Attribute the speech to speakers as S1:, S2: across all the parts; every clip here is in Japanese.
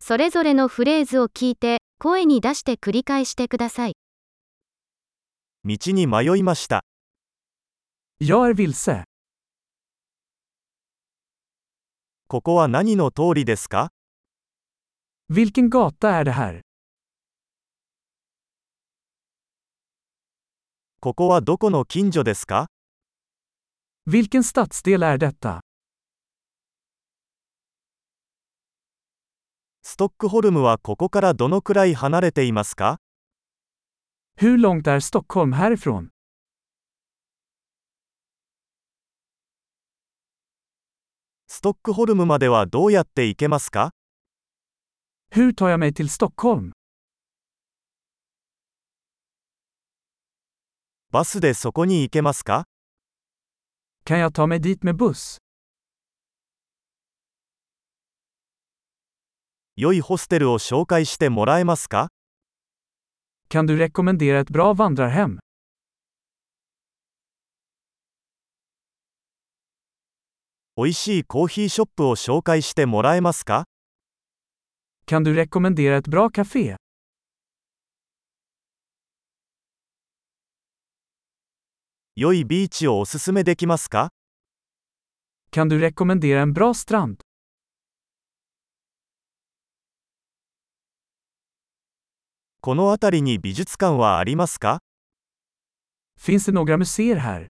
S1: それぞれのフレーズを聞いて、声に出して繰り返してください。
S2: 道に迷いました。
S3: Jag är vilse.
S2: ここは何の通りですか
S3: Vilken gata är det här?
S2: ここはどこの近所ですか
S3: Vilken stadsdel är detta?
S2: ストックホルムはここからどのくらい離れていますか
S3: Hur långt är Stockholm härifrån?
S2: ストックホルムまではどうやって行けますか
S3: Hur tar jag mig till Stockholm?
S2: バスでそこに行けますか
S3: Kan jag ta mig dit med buss?
S2: 良いホステルを紹介してもらえますか
S3: Kan du rekommendera ett bra vandrarhem?
S2: 美味しいコーヒーショップを紹介してもらえますか
S3: Kan du rekommendera ett bra café?
S2: 良いビーチをおすすめできますか
S3: Kan du rekommendera en bra strand?
S2: この辺りに美術館はありますか
S3: Finns det några museer här?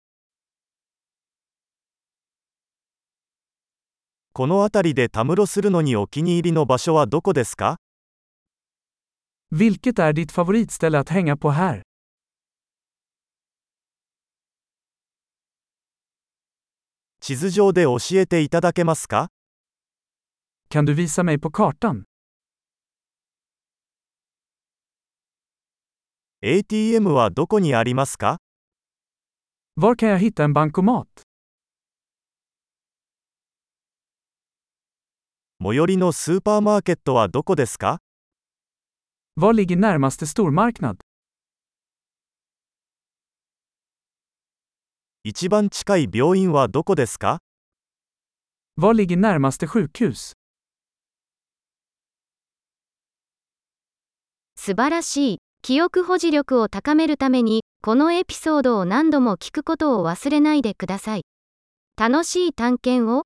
S2: この辺りでたむろするのにお気に入りの場所はどこですか
S3: Vilket är ditt favoritställe att hänga på här?
S2: 地図上で教えていただけますか
S3: Kan du visa mig på kartan?
S2: ATM はどこにありますか
S3: Var kan jag hitta en bankomat?
S2: 最寄りのスーパーマーケットはどこですか
S3: Var ligger närmaste stormarknad?
S2: 一番近い病院はどこですか
S3: Var ligger närmaste sjukhus?
S1: 素晴らしい。記憶保持力を高めるために、このエピソードを何度も聞くことを忘れないでください。楽しい探検を。